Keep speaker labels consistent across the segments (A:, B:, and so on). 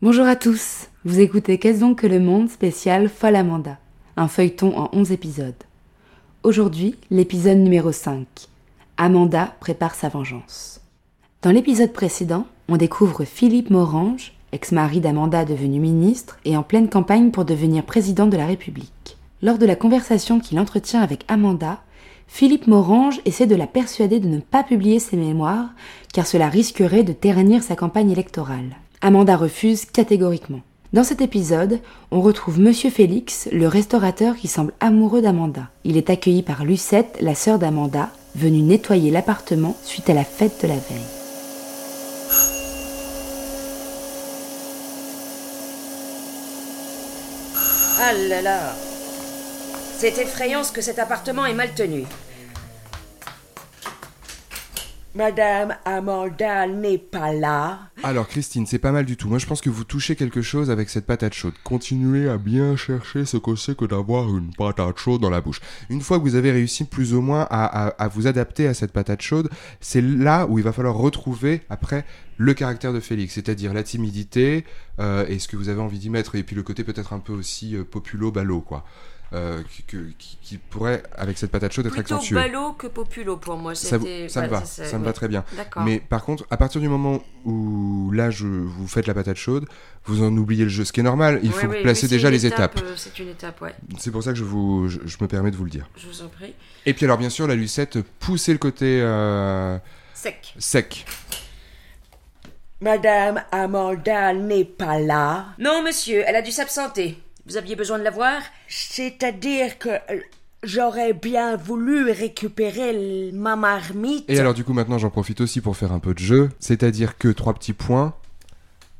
A: Bonjour à tous, vous écoutez Qu'est-ce donc que le monde spécial Folle Amanda, un feuilleton en 11 épisodes. Aujourd'hui, l'épisode numéro 5. Amanda prépare sa vengeance. Dans l'épisode précédent, on découvre Philippe Morange, ex-mari d'Amanda devenu ministre et en pleine campagne pour devenir président de la République. Lors de la conversation qu'il entretient avec Amanda, Philippe Morange essaie de la persuader de ne pas publier ses mémoires car cela risquerait de ternir sa campagne électorale. Amanda refuse catégoriquement. Dans cet épisode, on retrouve Monsieur Félix, le restaurateur qui semble amoureux d'Amanda. Il est accueilli par Lucette, la sœur d'Amanda, venue nettoyer l'appartement suite à la fête de la veille.
B: Ah là là C'est effrayant ce que cet appartement est mal tenu. Madame Amanda n'est pas là.
C: Alors Christine, c'est pas mal du tout. Moi je pense que vous touchez quelque chose avec cette patate chaude. Continuez à bien chercher ce que c'est que d'avoir une patate chaude dans la bouche. Une fois que vous avez réussi plus ou moins à, à- à vous adapter à cette patate chaude, c'est là où il va falloir retrouver après le caractère de Félix, c'est-à-dire la timidité euh, et ce que vous avez envie d'y mettre, et puis le côté peut-être un peu aussi euh, populo-ballot, quoi. Euh, qui, que- qui- qui pourrait, avec cette patate chaude, être
B: Plutôt
C: accentué.
B: ballot que populo pour moi.
C: Ça, vous-
B: C'était-
C: ça me
B: voilà,
C: va,
B: c'est-
C: ça me va très bien.
B: D'accord.
C: Mais par contre, à partir du moment où là, je, vous faites la patate chaude, vous en oubliez le jeu, ce qui est normal. Il
B: Ouais,
C: faut
B: ouais,
C: placer
B: mais c'est
C: déjà
B: une
C: les
B: étape,
C: étapes.
B: euh, C'est une étape, ouais.
C: C'est pour ça que je, vous, je, je me permets de vous le dire.
B: Je vous en prie.
C: Et puis alors, bien sûr, la lucette, poussez le côté euh,
B: Sec.
C: sec.
D: Madame Amanda n'est pas là.
B: Non, monsieur, elle a dû s'absenter. Vous aviez besoin de la voir
D: C'est-à-dire que euh, j'aurais bien voulu récupérer l- ma marmite.
C: Et alors, du coup, maintenant, j'en profite aussi pour faire un peu de jeu. C'est-à-dire que, trois petits points,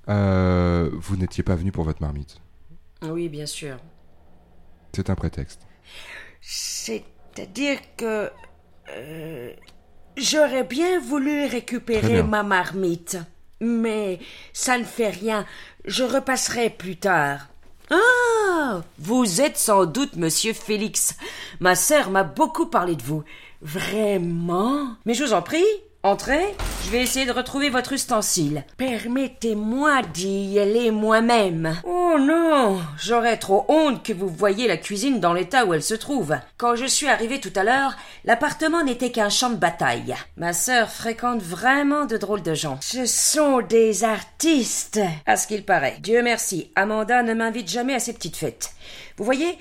C: euh, vous n'étiez pas venu pour votre marmite.
B: Oui, bien sûr.
C: C'est un prétexte.
D: C'est-à-dire que euh, j'aurais bien voulu
C: Très
D: récupérer
C: bien.
D: ma marmite. Mais ça ne fait rien. Je repasserai plus tard.
B: Ah Vous êtes sans doute monsieur Félix. Ma sœur m'a beaucoup parlé de vous.
D: Vraiment
B: Mais je vous en prie, entrez. Je vais essayer de retrouver votre ustensile.
D: Permettez-moi d'y aller moi-même.
B: Oh non J'aurais trop honte que vous voyiez la cuisine dans l'état où elle se trouve. Quand je suis arrivée tout à l'heure, l'appartement n'était qu'un champ de bataille. Ma sœur fréquente vraiment de drôles de gens.
D: Ce sont des artistes.
B: À ce qu'il paraît. Dieu merci, Amanda ne m'invite jamais à ces petites fêtes. Vous voyez,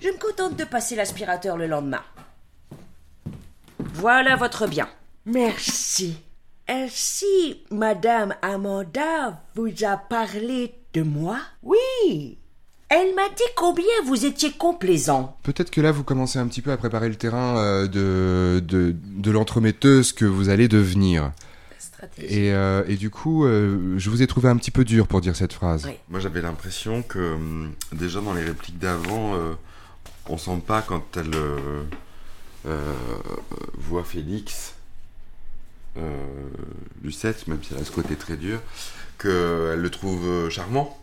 B: je me contente de passer l'aspirateur le lendemain. Voilà votre bien.
D: Merci. Ainsi, Madame Amanda vous a parlé de moi
B: Oui Elle m'a dit combien vous étiez complaisant.
C: Peut-être que là, vous commencez un petit peu à préparer le terrain euh, de, de, de l'entremetteuse que vous allez devenir.
B: Stratégie.
C: Et, euh, et du coup, euh, je vous ai trouvé un petit peu dur pour dire cette phrase.
B: Oui.
E: Moi, j'avais l'impression que hum, déjà dans les répliques d'avant, euh, on sent pas quand elle euh, euh, voit Félix, euh, Lucette, même si elle a ce côté très dur, qu'elle le trouve euh, charmant.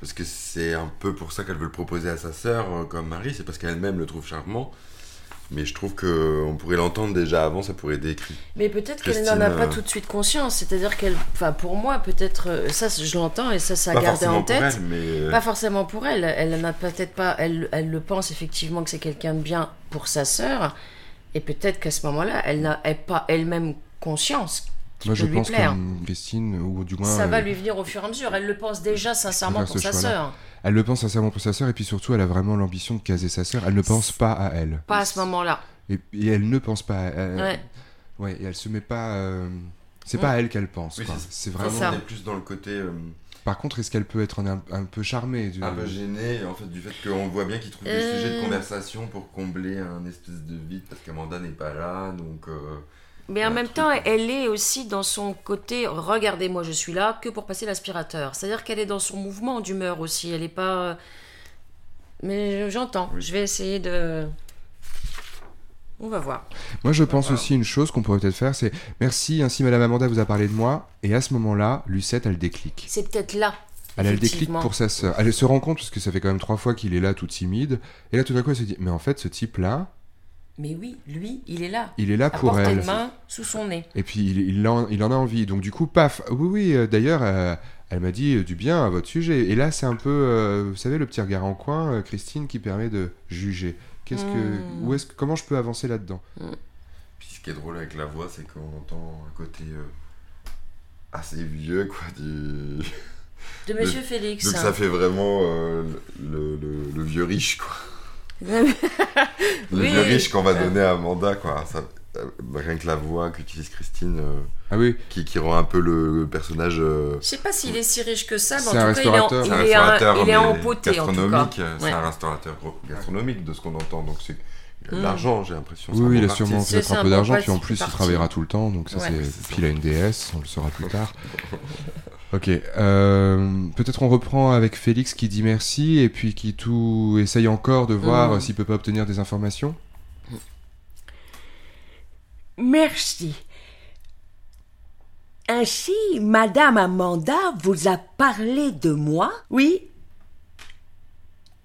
E: Parce que c'est un peu pour ça qu'elle veut le proposer à sa sœur euh, comme mari, c'est parce qu'elle-même le trouve charmant. Mais je trouve que euh, on pourrait l'entendre déjà avant, ça pourrait être décrit.
F: Mais peut-être qu'elle n'en a
E: Christine,
F: pas
E: euh,
F: tout de suite conscience. C'est-à-dire qu'elle. Enfin, pour moi, peut-être. euh, Ça, je l'entends et ça, ça a
E: Pas
F: gardé
E: forcément
F: en tête.
E: pour elle, mais euh,
F: Pas forcément pour elle. Elle n'a peut-être pas. Elle, elle le pense effectivement que c'est quelqu'un de bien pour sa sœur. Et peut-être qu'à ce moment-là, elle n'a elle pas elle-même conscience. qu'il
C: Moi,
F: peut
C: je
F: lui
C: pense
F: plaire.
C: que Christine, ou du moins,
F: ça va
C: euh,
F: lui venir au fur et à mesure. Elle le pense déjà sincèrement
C: faire
F: pour
C: ce
F: sa
C: choix-là.
F: sœur.
C: elle le pense sincèrement pour sa sœur, et puis surtout, elle a vraiment l'ambition de caser sa sœur. Elle ne pense pas à elle.
F: Pas à ce moment-là.
C: Et, et elle ne pense pas à elle.
F: Ouais. Mm.
C: Ouais, et elle se met pas. euh, C'est pas à elle qu'elle pense.
E: Oui,
C: quoi.
E: c'est-
C: C'est
E: vraiment,
C: vraiment.
F: ça.
E: on est plus dans le côté. euh,
C: Par contre, est-ce qu'elle peut être un, un peu charmée du-
E: un peu Ah, bah, gêné en fait du fait qu'on voit bien qu'ils trouvent
F: Euh.
E: des sujets de conversation pour combler un espèce de vide parce qu'Amanda n'est pas là donc euh,
F: Mais en
E: Ouais,
F: même
E: truc.
F: temps, elle est aussi dans son côté regardez-moi, je suis là que pour passer l'aspirateur. C'est-à-dire qu'elle est dans son mouvement d'humeur aussi. Elle n'est pas. Mais j'entends.
E: Oui.
F: Je vais essayer de. On va voir.
C: Moi, je pense aussi une chose qu'on pourrait peut-être faire c'est merci, ainsi Madame Amanda vous a parlé de moi, et à ce moment-là, Lucette, elle déclic.
F: C'est peut-être là.
C: Elle a le déclic
F: effectivement.
C: pour sa sœur. Elle se rend compte, parce que ça fait quand même trois fois qu'il est là tout timide. Et là, tout d'un coup, elle se dit Mais en fait, ce type-là,
F: Mais oui, lui, il est là.
C: il est là
F: À
C: pour
F: portée
C: elle.
F: de main, sous son nez.
C: Et puis, il, il en, il en a envie. Donc, du coup, paf Oui, oui, euh, d'ailleurs, euh, Elle m'a dit euh, du bien à votre sujet. Et là, c'est un peu, euh, vous savez, le petit regard en coin, euh, Christine, qui permet de juger. Qu'est-ce que,
F: Mm.
C: où est-ce que, comment je peux avancer là-dedans
E: Puis ce qui est drôle avec la voix, c'est qu'on entend un côté euh, assez vieux, quoi. Du...
F: De Monsieur Félix. hein.
E: Donc ça fait vraiment euh, le, le- le vieux riche, quoi.
F: Non, mais-
E: Le
F: Oui.
E: vieux riche qu'on va donner à Amanda, quoi. Ça- euh, rien que la voix qu'utilise Christine, euh,
C: Ah oui,
E: qui, qui rend un peu le, le personnage. euh,
F: Je sais pas s'il est si riche que ça, mais
C: C'est un
F: en tout cas, il est en-
C: restaurateur.
E: c'est
F: il
E: un
F: est, un-
E: restaurateur,
F: il est
E: mais
F: empoté en tout cas.
E: gastronomique, euh, C'est
F: Ouais.
E: un restaurateur gros- gastronomique de ce qu'on entend. Donc c'est
F: Mm.
E: l'argent, j'ai l'impression. c'est
C: oui,
E: un
C: oui, il
E: bon
C: a sûrement
E: artiste.
F: C'est
C: peut-être
F: ça,
C: un peu
F: bon,
C: d'argent,
F: ouais,
C: puis en
F: c'est
C: plus, il
F: parti.
C: travaillera tout le temps, donc ça,
F: Ouais.
E: C'est
C: c'est
E: ça.
C: pile à une déesse, on le saura plus tard. Ok, euh, peut-être on reprend avec Félix qui dit merci et puis qui tout essaye encore de voir
F: Mm.
C: euh, s'il peut pas obtenir des informations.
D: Merci. Ainsi, Madame Amanda vous a parlé de moi
B: Oui.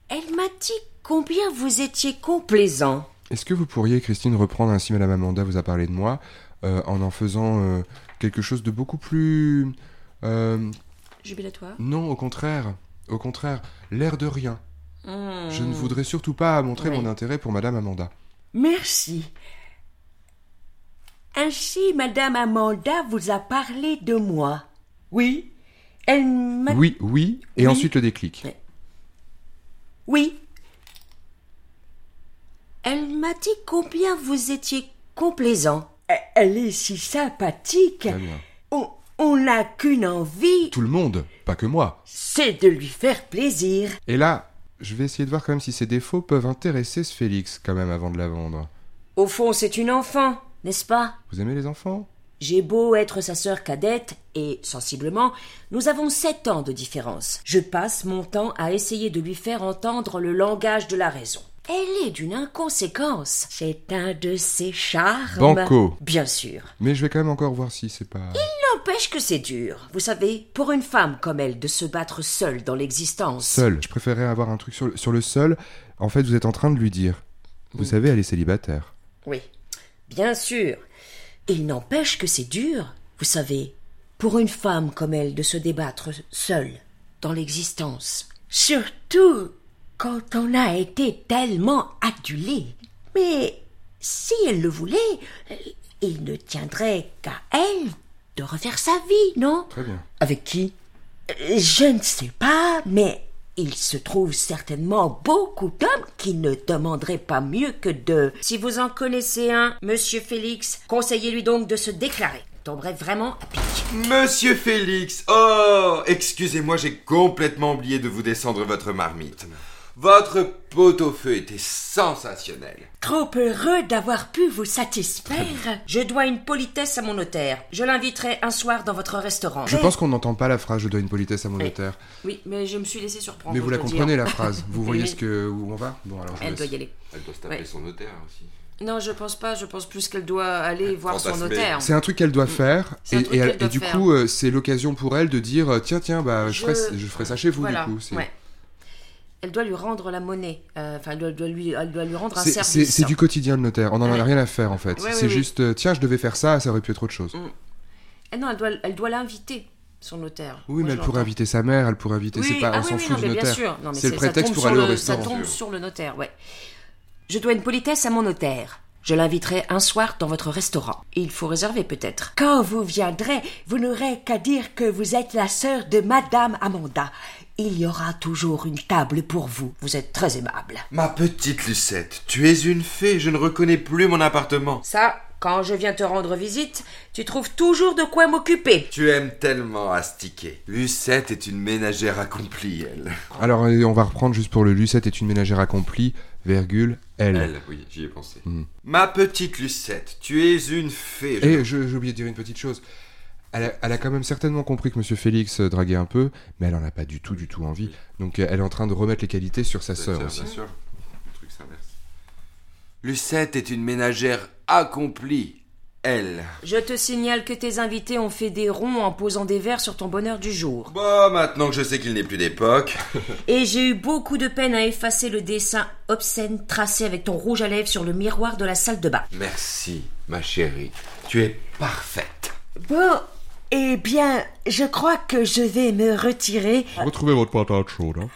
B: Elle m'a dit combien vous étiez complaisant.
C: Est-ce que vous pourriez, Christine, reprendre ainsi Madame Amanda vous a parlé de moi euh, en en faisant euh, quelque chose de beaucoup plus euh,
F: Jubilatoire.
C: non, au contraire, au contraire, l'air de rien.
D: Hmm.
C: Je ne
F: Mm.
C: voudrais surtout pas montrer
F: Oui.
C: mon intérêt pour Madame Amanda.
D: Merci. Ainsi, Madame Amanda vous a parlé de moi. Oui. Elle m'a...
C: Oui, oui,
D: Oui.
C: et ensuite le déclic.
D: Oui. Elle m'a dit combien vous étiez complaisant. Elle est si sympathique.
C: Très bien.
D: On- On n'a qu'une envie,
C: Tout le monde, pas que moi.
D: c'est de lui faire plaisir.
C: Et là, je vais essayer de voir quand même si ces défauts peuvent intéresser ce Félix quand même avant de la vendre.
B: Au fond, c'est une enfant, n'est-ce pas
C: Vous aimez les enfants
B: J'ai beau être sa sœur cadette, et sensiblement, nous avons sept ans de différence. Je passe mon temps à essayer de lui faire entendre le langage de la raison. Elle est d'une inconséquence.
D: C'est un de ses charmes.
C: Banco.
B: Bien sûr.
C: Mais je vais quand même encore voir si c'est pas...
B: N'empêche que c'est dur. Vous savez, pour une femme comme elle, de se battre seule dans l'existence.
C: Seul. Je préférerais avoir un truc sur le, sur le seul. En fait, vous êtes en train de lui dire. Vous savez, elle est célibataire.
B: Oui, bien sûr. Il n'empêche que c'est dur, vous savez, pour une femme comme elle de se débattre seule dans l'existence.
D: Surtout quand on a été tellement adulé. Mais si elle le voulait, euh, il ne tiendrait qu'à elle de refaire sa vie, non
C: Très bien.
B: Avec qui
D: Euh, Je ne sais pas, mais il se trouve certainement beaucoup d'hommes qui ne demanderaient pas mieux que de...
B: Si vous en connaissez un, monsieur Félix, conseillez-lui donc de se déclarer. Tomberait vraiment à pic.
E: Monsieur Félix, oh, excusez-moi, j'ai complètement oublié de vous descendre votre marmite. Votre pot au feu était sensationnel.
D: Trop heureux d'avoir pu vous satisfaire.
B: Je dois une politesse à mon notaire. Je l'inviterai un soir dans votre restaurant.
C: Je pense qu'on n'entend pas la phrase « je dois une politesse à mon
F: Oui.
C: notaire
F: Oui, mais je me suis laissé surprendre.
C: Mais vous
F: je
C: la
F: dois dire.
C: comprenez, la phrase. Vous
F: Oui,
C: voyez
F: oui.
C: ce que... où on va Bon, alors je vous
F: Elle
C: laisse.
F: doit y aller.
E: Elle doit se
F: taper Ouais.
E: son notaire aussi.
F: Non, je pense pas. Je pense plus qu'elle doit aller voir son
E: Fantasmer.
F: notaire.
C: C'est un truc qu'elle doit faire,
F: Mm. C'est
C: et,
F: un truc
C: et elle-
F: qu'elle doit
C: et du
F: faire.
C: coup, euh, c'est l'occasion pour elle de dire euh, Tiens, tiens, bah, je, ferai, je ferai ça chez vous,
F: Voilà,
C: du coup. C'est-
F: ouais. Elle doit lui rendre la monnaie. Euh, Enfin, elle, doit, doit lui, elle doit lui rendre un
C: C'est-
F: service. hein.
C: C'est c'est du quotidien le notaire, on n'en
F: Ouais.
C: a rien à faire en fait.
F: Ouais,
C: c'est
F: ouais, Mm.
C: juste, euh, tiens, je devais faire ça, ça aurait pu être autre chose.
F: Eh non, elle doit, elle doit l'inviter, son notaire.
C: Oui,
F: Moi,
C: mais
F: je
C: elle pourrait
F: l'entends.
C: inviter sa mère, elle pourrait inviter ses
F: Oui,
C: parents,
F: ah
C: on
F: oui,
C: s'en
F: oui,
C: fout
F: non,
C: du
F: mais bien
C: notaire.
F: sûr. Non, mais
C: C'est le
F: ça
C: prétexte
F: tombe
C: pour
F: sur
C: aller au
F: le-
C: restaurant.
F: Ça tombe sur le notaire, ouais.
B: Je dois une politesse à mon notaire. Je l'inviterai un soir dans votre restaurant.
F: Il faut réserver peut-être.
D: Quand vous viendrez, vous n'aurez qu'à dire que vous êtes la sœur de Madame Amanda. Il y aura toujours une table pour vous.
B: Vous êtes très aimable.
E: Ma petite Lucette, tu es une fée, je ne reconnais plus mon appartement.
B: Ça, quand je viens te rendre visite, tu trouves toujours de quoi m'occuper.
E: Tu aimes tellement astiquer. Lucette est une ménagère accomplie, elle.
C: Alors, euh, on va reprendre juste pour le Lucette est une ménagère accomplie, virgule, elle.
E: oui, j'y ai pensé.
C: Mm.
E: Ma petite Lucette, tu es une fée. je-
C: Et je- j'ai oublié de dire une petite chose. Elle a, elle a quand même certainement compris que Monsieur Félix euh, draguait un peu, mais elle en a pas du tout, du tout envie. Donc, euh, elle est en train de remettre les qualités sur sa sœur aussi.
E: Lucette est une ménagère accomplie, elle.
B: Je te signale que tes invités ont fait des ronds en posant des verres sur ton bonheur du jour.
E: Bon, maintenant que je sais qu'il n'est plus d'époque.
B: Et j'ai eu beaucoup de peine à effacer le dessin obscène tracé avec ton rouge à lèvres sur le miroir de la salle de bain.
E: Merci, ma chérie. Tu es parfaite.
D: Bon, Eh bien, je crois que je vais me retirer.
C: Retrouvez votre patate chaude. hein.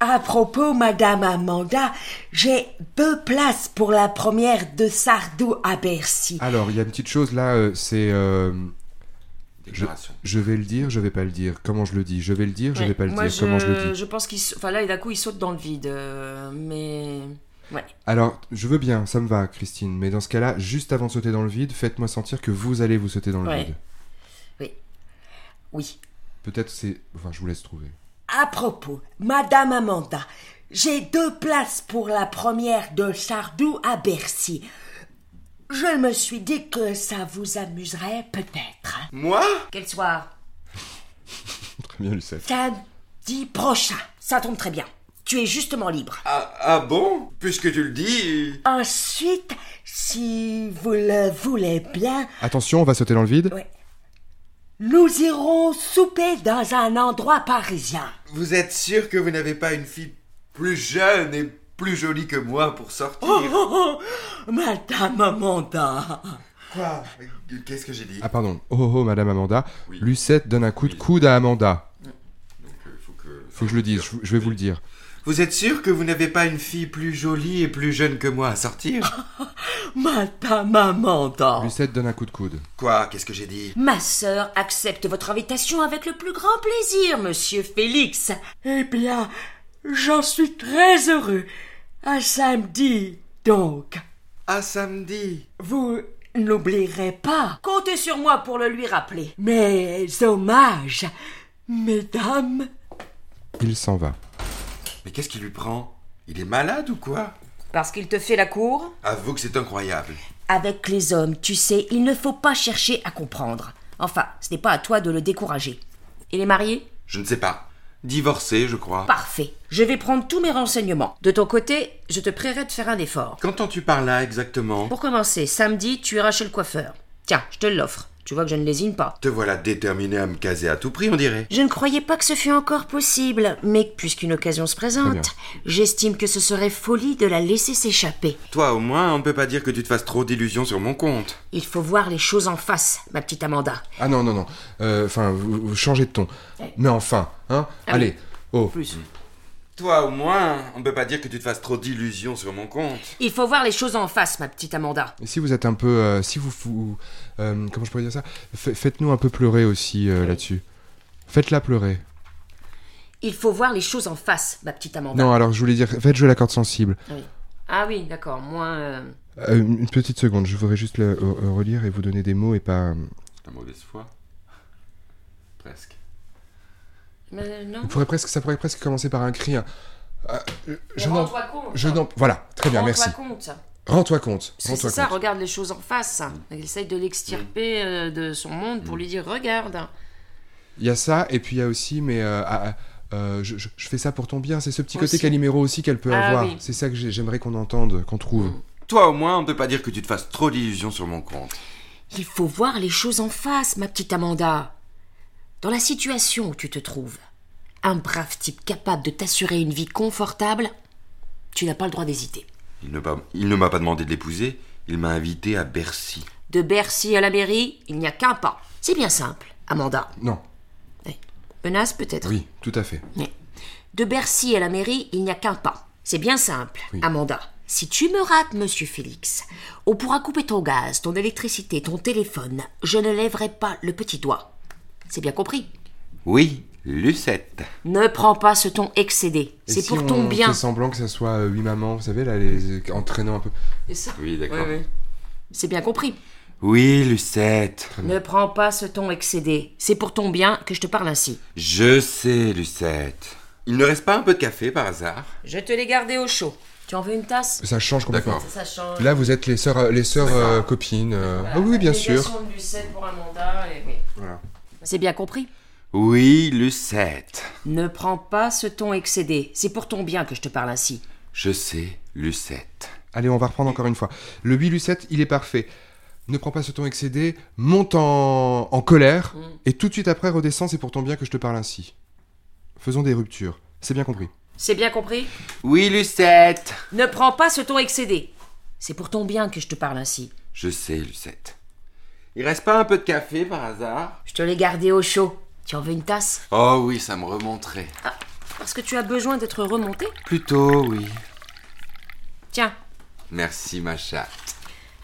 D: À propos, Madame Amanda, j'ai peu place pour la première de Sardou à Bercy.
C: Alors, il y a une petite chose là, euh, c'est. euh,
E: Déclaration.
C: je vais le dire, je vais pas le dire. Comment je le dis Je vais le dire, je
F: Ouais.
C: vais pas le
F: Moi,
C: dire.
F: je,
C: Comment je le dis
F: Je pense qu'il. sa- Enfin, là, d'un coup, il saute dans le vide. euh, mais. Ouais.
C: Alors, je veux bien, ça me va, Christine, mais dans ce cas-là, juste avant de sauter dans le vide, faites-moi sentir que vous allez vous sauter dans le
F: Ouais.
C: vide.
F: Oui.
C: Peut-être c'est. Enfin, je vous laisse trouver.
D: À propos, Madame Amanda, j'ai deux places pour la première de Sardou à Bercy. Je me suis dit que ça vous amuserait peut-être. hein.
E: Moi
B: Quel soir
C: Très bien, Lucette.
D: Samedi prochain.
B: Ça tombe très bien. Tu es justement libre.
E: ah, ah bon Puisque tu le dis.
D: Ensuite, si vous le voulez bien,
C: Attention, on va sauter dans le vide.
D: nous irons souper dans un endroit parisien.
E: Vous êtes sûr que vous n'avez pas une fille plus jeune et plus jolie que moi pour sortir
D: Oh, Madame Amanda.
E: Quoi Qu'est-ce que j'ai dit
C: Ah, pardon. Oh, oh, oh, madame Amanda.
E: Oui.
C: Lucette donne un coup de
E: Oui.
C: coude à Amanda.
E: Euh, faut que-
C: Faut que je le dise, je, je vais vous le dire.
E: Vous êtes sûr que vous n'avez pas une fille plus jolie et plus jeune que moi à sortir
D: Madame
E: Ah.
D: Amanda.
C: Lucette donne un coup de coude.
E: Quoi Qu'est-ce que j'ai dit
B: Ma sœur accepte votre invitation avec le plus grand plaisir, monsieur Félix.
D: Eh bien, j'en suis très heureux. À samedi, donc.
E: À Ah, samedi
D: Vous n'oublierez pas
B: Comptez sur moi pour le lui rappeler.
D: mes hommages, mesdames.
C: Il s'en va.
E: Mais qu'est-ce qui lui prend Il est malade ou quoi
B: Parce qu'il te fait la cour
E: Avoue que c'est incroyable.
B: Avec les hommes, tu sais, il ne faut pas chercher à comprendre. Enfin, ce n'est pas à toi de le décourager. Il est marié
E: Je ne sais pas. Divorcé, je crois.
B: Parfait. Je vais prendre tous mes renseignements. De ton côté, je te prierai de faire un effort.
E: Qu'entends-tu par là exactement
B: Pour commencer, samedi, tu iras chez le coiffeur. Tiens, je te l'offre. Tu vois que je ne lésine pas.
E: Te voilà déterminé à me caser à tout prix, on dirait.
B: Je ne croyais pas que ce fût encore possible, mais puisqu'une occasion se
C: Très
B: présente,
C: bien.
B: j'estime que ce serait folie de la laisser s'échapper.
E: Toi, au moins, on ne peut pas dire que tu te fasses trop d'illusions sur mon compte.
B: Il faut voir les choses en face, ma petite Amanda.
C: Ah non, non, non. Euh, Enfin, vous, vous changez de ton. Mais enfin, hein
F: Ah
C: Allez. Oh,
E: Toi, au moins, on ne peut pas dire que tu te fasses trop d'illusions sur mon compte.
B: Il faut voir les choses en face, ma petite Amanda.
C: Et si vous êtes un peu. euh, si vous. vous- euh, comment je pourrais dire ça Fa- Faites-nous un peu pleurer aussi euh, là-dessus. Faites-la pleurer.
B: Il faut voir les choses en face, ma petite Amanda.
C: Non, alors je voulais dire. Faites jouer la corde sensible.
F: Ah oui, d'accord. Moins. euh,
C: Euh, une une petite seconde, je voudrais juste le, euh, euh, relire et vous donner des mots et pas. euh,
E: La mauvaise foi Presque.
F: Mais non.
C: on pourrait presque, ça pourrait presque commencer par un cri. un, euh, euh, je n'en.
F: Rends-toi compte.
C: Je n'en. Voilà, très bien, merci.
F: Rends-toi compte.
C: Rends-toi compte.
F: Parce que
C: Rends-toi
F: c'est ça,
C: compte.
F: regarde les choses en face. Il essaye de l'extirper euh, de son monde
C: Mm.
F: pour lui dire regarde.
C: Il y a ça, et puis il y a aussi, mais euh, ah, ah, euh, je, je- je fais ça pour ton bien. C'est ce petit côté
F: Aussi.
C: Calimero aussi qu'elle peut
F: Ah
C: avoir.
F: oui. Mm.
C: C'est ça que j'ai- j'aimerais qu'on entende, qu'on trouve.
E: Toi, au moins, on ne peut pas dire que tu te fasses trop d'illusions sur mon compte.
B: Il faut voir les choses en face, ma petite Amanda. Dans la situation où tu te trouves, un brave type capable de t'assurer une vie confortable, tu n'as pas le droit d'hésiter.
E: Il ne, pas- il ne m'a pas demandé de l'épouser, il m'a invité à Bercy.
B: De Bercy à la mairie, il n'y a qu'un pas. C'est bien simple, Amanda. Eh,
C: Non,
B: Menace peut-être.
C: oui, tout à fait.
B: Mais De Bercy à la mairie, il n'y a qu'un pas. C'est bien simple,
C: Oui.
B: Amanda. Si tu me rates, monsieur Félix, on pourra couper ton gaz, ton électricité, ton téléphone. Je ne lèverai pas le petit doigt. C'est bien compris
E: Oui, Lucette.
B: Ne prends pas ce ton excédé.
C: Et
B: C'est
C: si
B: pour
C: on
B: ton bien.
C: fait semblant que ça soit euh, oui maman, vous savez là, les entraînant un peu.
F: Et ça.
E: Oui, d'accord.
F: Ouais, ouais.
B: C'est bien compris.
E: Oui, Lucette.
B: Ne prends pas ce ton excédé. C'est pour ton bien que je te parle ainsi.
E: Je sais, Lucette. Il ne reste pas un peu de café par hasard
F: Je te l'ai gardé au chaud. Tu en veux une tasse
C: Ça change complètement.
E: D'accord.
F: Ça change.
C: Là, vous êtes les sœurs, euh, les sœurs euh, copines. euh. Ah oui, oui, bien sûr.
F: Délégation de Lucette pour Amanda. Et... oui.
B: C'est bien compris.
E: Oui, Lucette.
B: Ne prends pas ce ton excédé. C'est pour ton bien que je te parle ainsi.
E: Je sais, Lucette.
C: Allez, on va reprendre encore une fois. Le 8 Lucette, il est parfait. Ne prends pas ce ton excédé, monte en, en colère,
B: Mm.
C: et tout de suite après redescends, c'est pour ton bien que je te parle ainsi. Faisons des ruptures. C'est bien compris.
B: C'est bien compris
E: Oui, Lucette.
B: Ne prends pas ce ton excédé. C'est pour ton bien que je te parle ainsi.
E: Je sais, Lucette. Il reste pas un peu de café par hasard
B: Je te l'ai gardé au chaud. Tu en veux une tasse Ah,
E: Oh oui, ça me remonterait.
B: Parce que tu as besoin d'être remonté
E: Plutôt, oui.
B: Tiens.
E: Merci, ma chatte.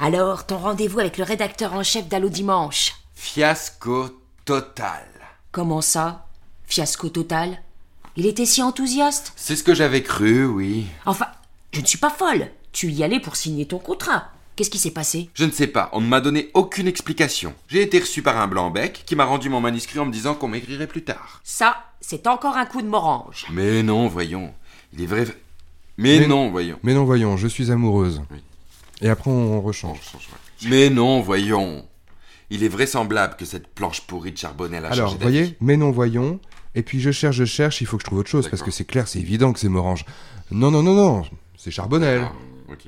B: Alors, ton rendez-vous avec le rédacteur en chef d'Allo Dimanche.
E: Fiasco total.
B: Comment ça Fiasco total Il était si enthousiaste
E: C'est ce que j'avais cru, oui.
B: Enfin, je ne suis pas folle. Tu y allais pour signer ton contrat. Qu'est-ce qui s'est passé
E: Je ne sais pas, on ne m'a donné aucune explication. J'ai été reçu par un blanc-bec qui m'a rendu mon manuscrit en me disant qu'on m'écrirait plus tard.
B: Ça, c'est encore un coup de morange.
E: Mais non, voyons. Il est vrai. Mais,
C: Mais-
E: non, voyons.
C: Mais non, voyons, je suis amoureuse.
E: Oui.
C: Et après, on, on rechange.
E: Mais non, voyons. Il est vraisemblable que cette planche pourrie de Charbonnel a
C: Alors,
E: changé
C: vous
E: d'avis.
C: voyez, mais non, voyons. Et puis, je cherche, je cherche, il faut que je trouve autre chose, parce que c'est clair, c'est évident que c'est Morange. Non, non, non, non, c'est Charbonnel.
E: Ah, ok.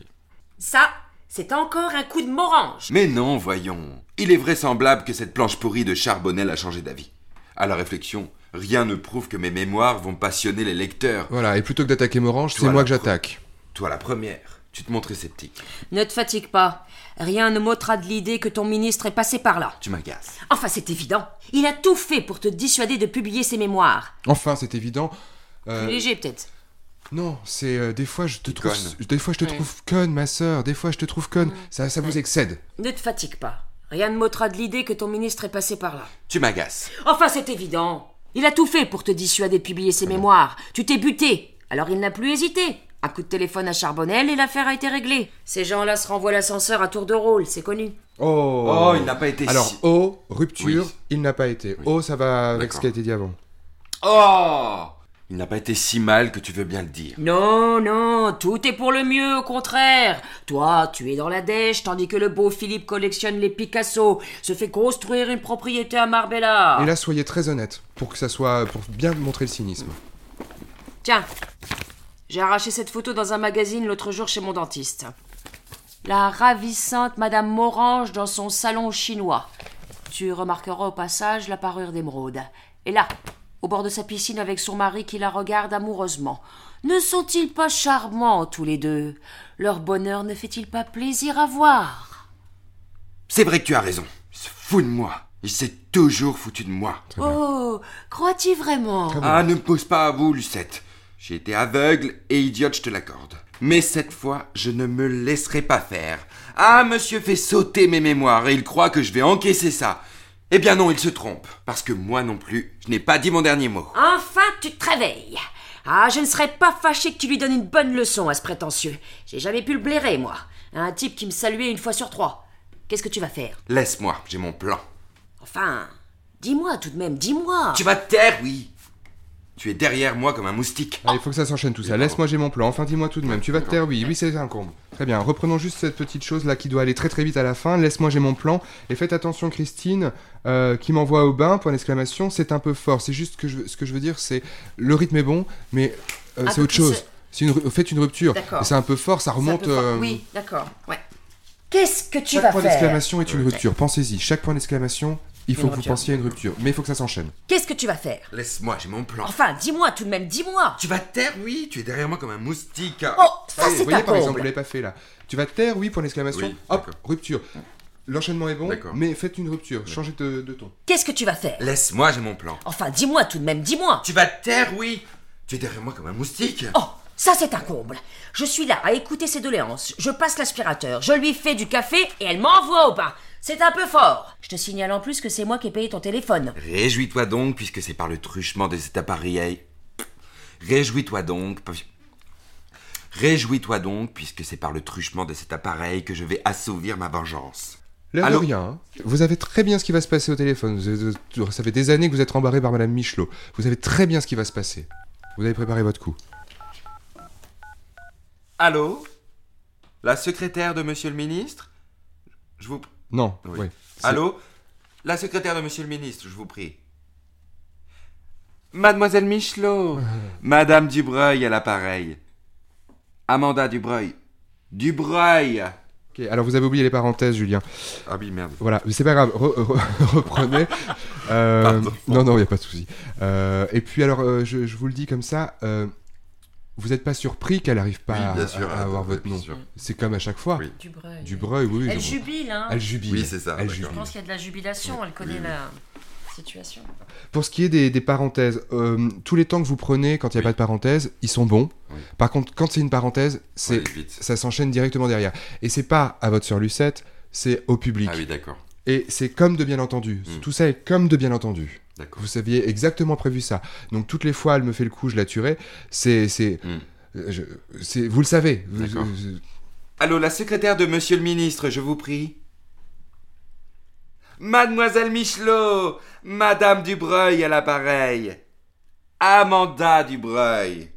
B: Ça, c'est encore un coup de morange.
E: Mais non, voyons. Il est vraisemblable que cette planche pourrie de Charbonnel a changé d'avis. À la réflexion, rien ne prouve que mes mémoires vont passionner les lecteurs.
C: Voilà, et plutôt que d'attaquer Morange,
E: Toi,
C: c'est moi
E: la
C: que
E: pro-
C: j'attaque.
E: Toi, la première, tu te montres sceptique.
B: Ne te fatigue pas. Rien ne m'ôtera de l'idée que ton ministre est passé par là.
E: Tu m'agaces.
B: Enfin, c'est évident. Il a tout fait pour te dissuader de publier ses mémoires.
C: Enfin, c'est évident. Euh,
B: Léger, peut-être.
C: non, c'est euh, des fois je te trouve,
E: conne.
C: des fois je te trouve conne, ma sœur. Des fois je te trouve conne. Ça, ça vous excède.
B: Ne te fatigue pas. Rien ne m'ôtera de l'idée que ton ministre est passé par là.
E: Tu m'agaces.
B: Enfin, c'est évident. Il a tout fait pour te dissuader de publier ses mémoires. Tu t'es buté. Alors il n'a plus hésité. Un coup de téléphone à Charbonnel et l'affaire a été réglée. Ces gens-là se renvoient l'ascenseur à tour de rôle, c'est connu.
C: Oh,
E: il n'a pas été
C: Alors,
E: si-
C: oh, rupture,
E: Oui.
C: il n'a pas été. Oh, ça va avec
E: D'accord.
C: ce qui a été dit avant.
E: Oh Il n'a pas été si mal que tu veux bien le dire.
B: Non, non, tout est pour le mieux, au contraire. Toi, tu es dans la dèche, tandis que le beau Philippe collectionne les Picasso, se fait construire une propriété à Marbella.
C: Et là, soyez très honnête, pour que ça soit, pour bien montrer le cynisme.
B: Tiens, j'ai arraché cette photo dans un magazine l'autre jour chez mon dentiste. La ravissante Madame Morange dans son salon chinois. Tu remarqueras au passage la parure d'émeraude. Et là, au bord de sa piscine avec son mari qui la regarde amoureusement. Ne sont-ils pas charmants tous les deux Leur bonheur ne fait-il pas plaisir à voir
E: C'est vrai que tu as raison. Il se fout de moi. Il s'est toujours foutu de moi.
B: Oh, crois-tu vraiment
E: Ah, ne me pose pas à vous, Lucette. J'ai été aveugle et idiote, je te l'accorde. Mais cette fois, je ne me laisserai pas faire. Ah, monsieur fait sauter mes mémoires et il croit que je vais encaisser ça. Eh bien non, il se trompe. Parce que moi non plus, je n'ai pas dit mon dernier mot.
B: Enfin, tu te réveilles. Ah, je ne serais pas fâché que tu lui donnes une bonne leçon à ce prétentieux. J'ai jamais pu le blairer, moi. Un type qui me saluait une fois sur trois. Qu'est-ce que tu vas faire
E: Laisse-moi, j'ai mon plan.
B: Enfin, dis-moi tout de même, dis-moi.
E: Tu vas te taire, oui. Tu es derrière moi comme un moustique.
C: Ah, il faut que ça s'enchaîne tout ça. Laisse-moi, j'ai mon plan. Enfin, dis-moi tout de même. Tu vas te taire, oui, oui, c'est un comble. Très bien. Reprenons juste cette petite chose là qui doit aller très très vite à la fin. Laisse-moi, j'ai mon plan. Et faites attention, Christine, euh, qui m'envoie au bain. Point d'exclamation. C'est un peu fort. C'est juste que je, veux- ce que je veux dire, c'est le rythme est bon, mais euh, c'est
F: peu
C: autre chose.
F: plus-
C: C'est Une, ru- faites une rupture.
F: D'accord.
C: Et C'est un peu fort. Ça
F: Ça
C: remonte.
F: peut pas-
C: euh,
F: Oui, d'accord. Ouais.
B: Qu'est-ce que tu
C: Chaque
B: vas
C: point
B: faire
C: d'exclamation est une rupture. Pensez-y. Chaque point d'exclamation, il faut que vous pensiez à une rupture. Mais il faut que ça s'enchaîne.
B: Qu'est-ce que tu vas faire
E: Laisse-moi, j'ai mon plan.
B: Enfin, dis-moi tout de même, dis-moi.
E: Tu vas te taire, oui. Tu es derrière moi comme un moustique.
B: Oh, ça
E: Ah,
C: Allez,
B: c'est
C: vous voyez,
B: un
C: par exemple, vous
B: comble.
C: l'avez pas fait là. Tu vas te taire, oui, point d'exclamation.
E: Oui,
C: Hop,
E: d'accord.
C: rupture. L'enchaînement est bon,
E: D'accord.
C: mais faites une rupture, changez de, de ton.
B: Qu'est-ce que tu vas faire
E: Laisse-moi, j'ai mon plan.
B: Enfin, dis-moi tout de même, dis-moi.
E: Tu vas te taire, oui. Tu es derrière moi comme un moustique.
B: Oh, ça c'est un comble. Je suis là à écouter ses doléances. Je passe l'aspirateur, je lui fais du café et elle m'envoie au bain. C'est un peu fort. Je te signale en plus que c'est moi qui ai payé ton téléphone.
E: Réjouis-toi donc, puisque c'est par le truchement de cet appareil. Réjouis-toi donc. pu- Réjouis-toi donc, puisque c'est par le truchement de cet appareil que je vais assouvir ma vengeance.
C: L'air de
E: Allô
C: rien, hein. vous savez très bien ce qui va se passer au téléphone. Vous êtes- vous- ça fait des années que vous êtes rembarré par Madame Michelot. Vous savez très bien ce qui va se passer. Vous avez préparé votre coup.
E: Allô La secrétaire de monsieur le ministre Je vous.
C: Non,
E: Oui.
C: ouais. C'est-
E: Allô La secrétaire de monsieur le ministre, je vous prie. Mademoiselle Michelot Madame Dubreuil à l'appareil. Amanda Dubreuil. Dubreuil
C: Ok, Alors vous avez oublié les parenthèses, Julien.
E: Ah oui, merde.
C: Voilà, mais c'est pas grave, re- re- reprenez. Euh,
E: Pardon.
C: non, non, il n'y a pas de souci. Euh, et puis alors, euh, je, je vous le dis comme ça, euh, Vous n'êtes pas surpris qu'elle n'arrive pas
E: Oui,
C: à-
E: bien sûr,
C: à, avoir
E: oui,
C: votre
E: bien
C: nom.
E: sûr.
C: C'est comme à chaque fois.
E: Oui.
F: Dubreuil.
C: Dubreuil, oui. oui,
F: Elle
C: je-
F: jubile, hein.
C: Elle jubile.
E: Oui, c'est ça,
C: Elle
E: d'accord.
C: jubile.
F: Je pense qu'il y a de la jubilation, elle connaît
E: Oui, oui.
F: la situation.
C: Pour ce qui est des, des parenthèses, euh, tous les temps que vous prenez quand il n'y a
E: Oui.
C: pas de parenthèse, ils sont bons.
E: Oui.
C: Par contre, quand c'est une parenthèse, c'est
E: Allez, vite.
C: ça s'enchaîne directement derrière. Et c'est pas à votre sur Lucette, c'est au public.
E: Ah oui, d'accord.
C: Et c'est comme de bien entendu.
E: Mm.
C: Tout ça est comme de bien entendu.
E: D'accord.
C: Vous saviez exactement prévu ça. Donc toutes les fois, elle me fait le coup, je la tuerai. C'est, c'est,
E: Mm.
C: euh, je- c'est- vous le savez. Vous-
E: D'accord.
C: vous-
E: Allô, la secrétaire de monsieur le ministre, je vous prie. Mademoiselle Michelot, Madame Dubreuil à l'appareil. Amanda Dubreuil.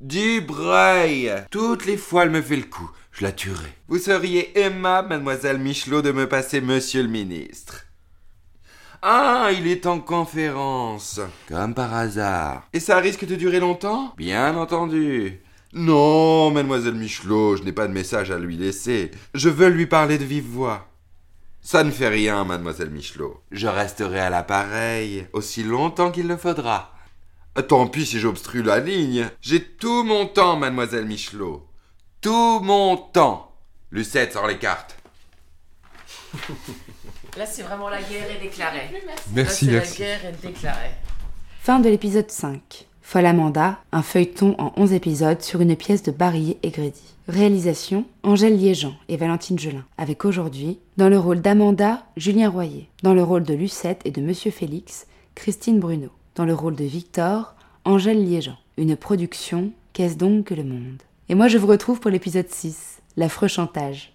E: Dubreuil. Toutes les fois, elle me fait le coup. Je la tuerai. Vous seriez aimable, mademoiselle Michelot, de me passer monsieur le ministre. Ah, il est en conférence. Comme par hasard. Et ça risque de durer longtemps Bien entendu. Non, mademoiselle Michelot, je n'ai pas de message à lui laisser. Je veux lui parler de vive voix. Ça ne fait rien, mademoiselle Michelot. Je resterai à l'appareil aussi longtemps qu'il le faudra. Tant pis si j'obstrue la ligne. J'ai tout mon temps, mademoiselle Michelot. Tout mon temps. Lucette sort les cartes.
F: Là, c'est vraiment la guerre est déclarée.
C: Merci,
F: Là, c'est
C: merci.
F: la guerre est déclarée.
A: Fin de l'épisode 5. Folle Amanda, un feuilleton en 11 épisodes sur une pièce de Barillé et Grédy. Réalisation Angèle Liégeant et Valentine Gelin. Avec aujourd'hui, dans le rôle d'Amanda, Julien Royer. Dans le rôle de Lucette et de Monsieur Félix, Christine Bruno. Dans le rôle de Victor, Angèle Liégeant. Une production Qu'est-ce donc que le monde Et moi je vous retrouve pour l'épisode 6, l'affreux chantage.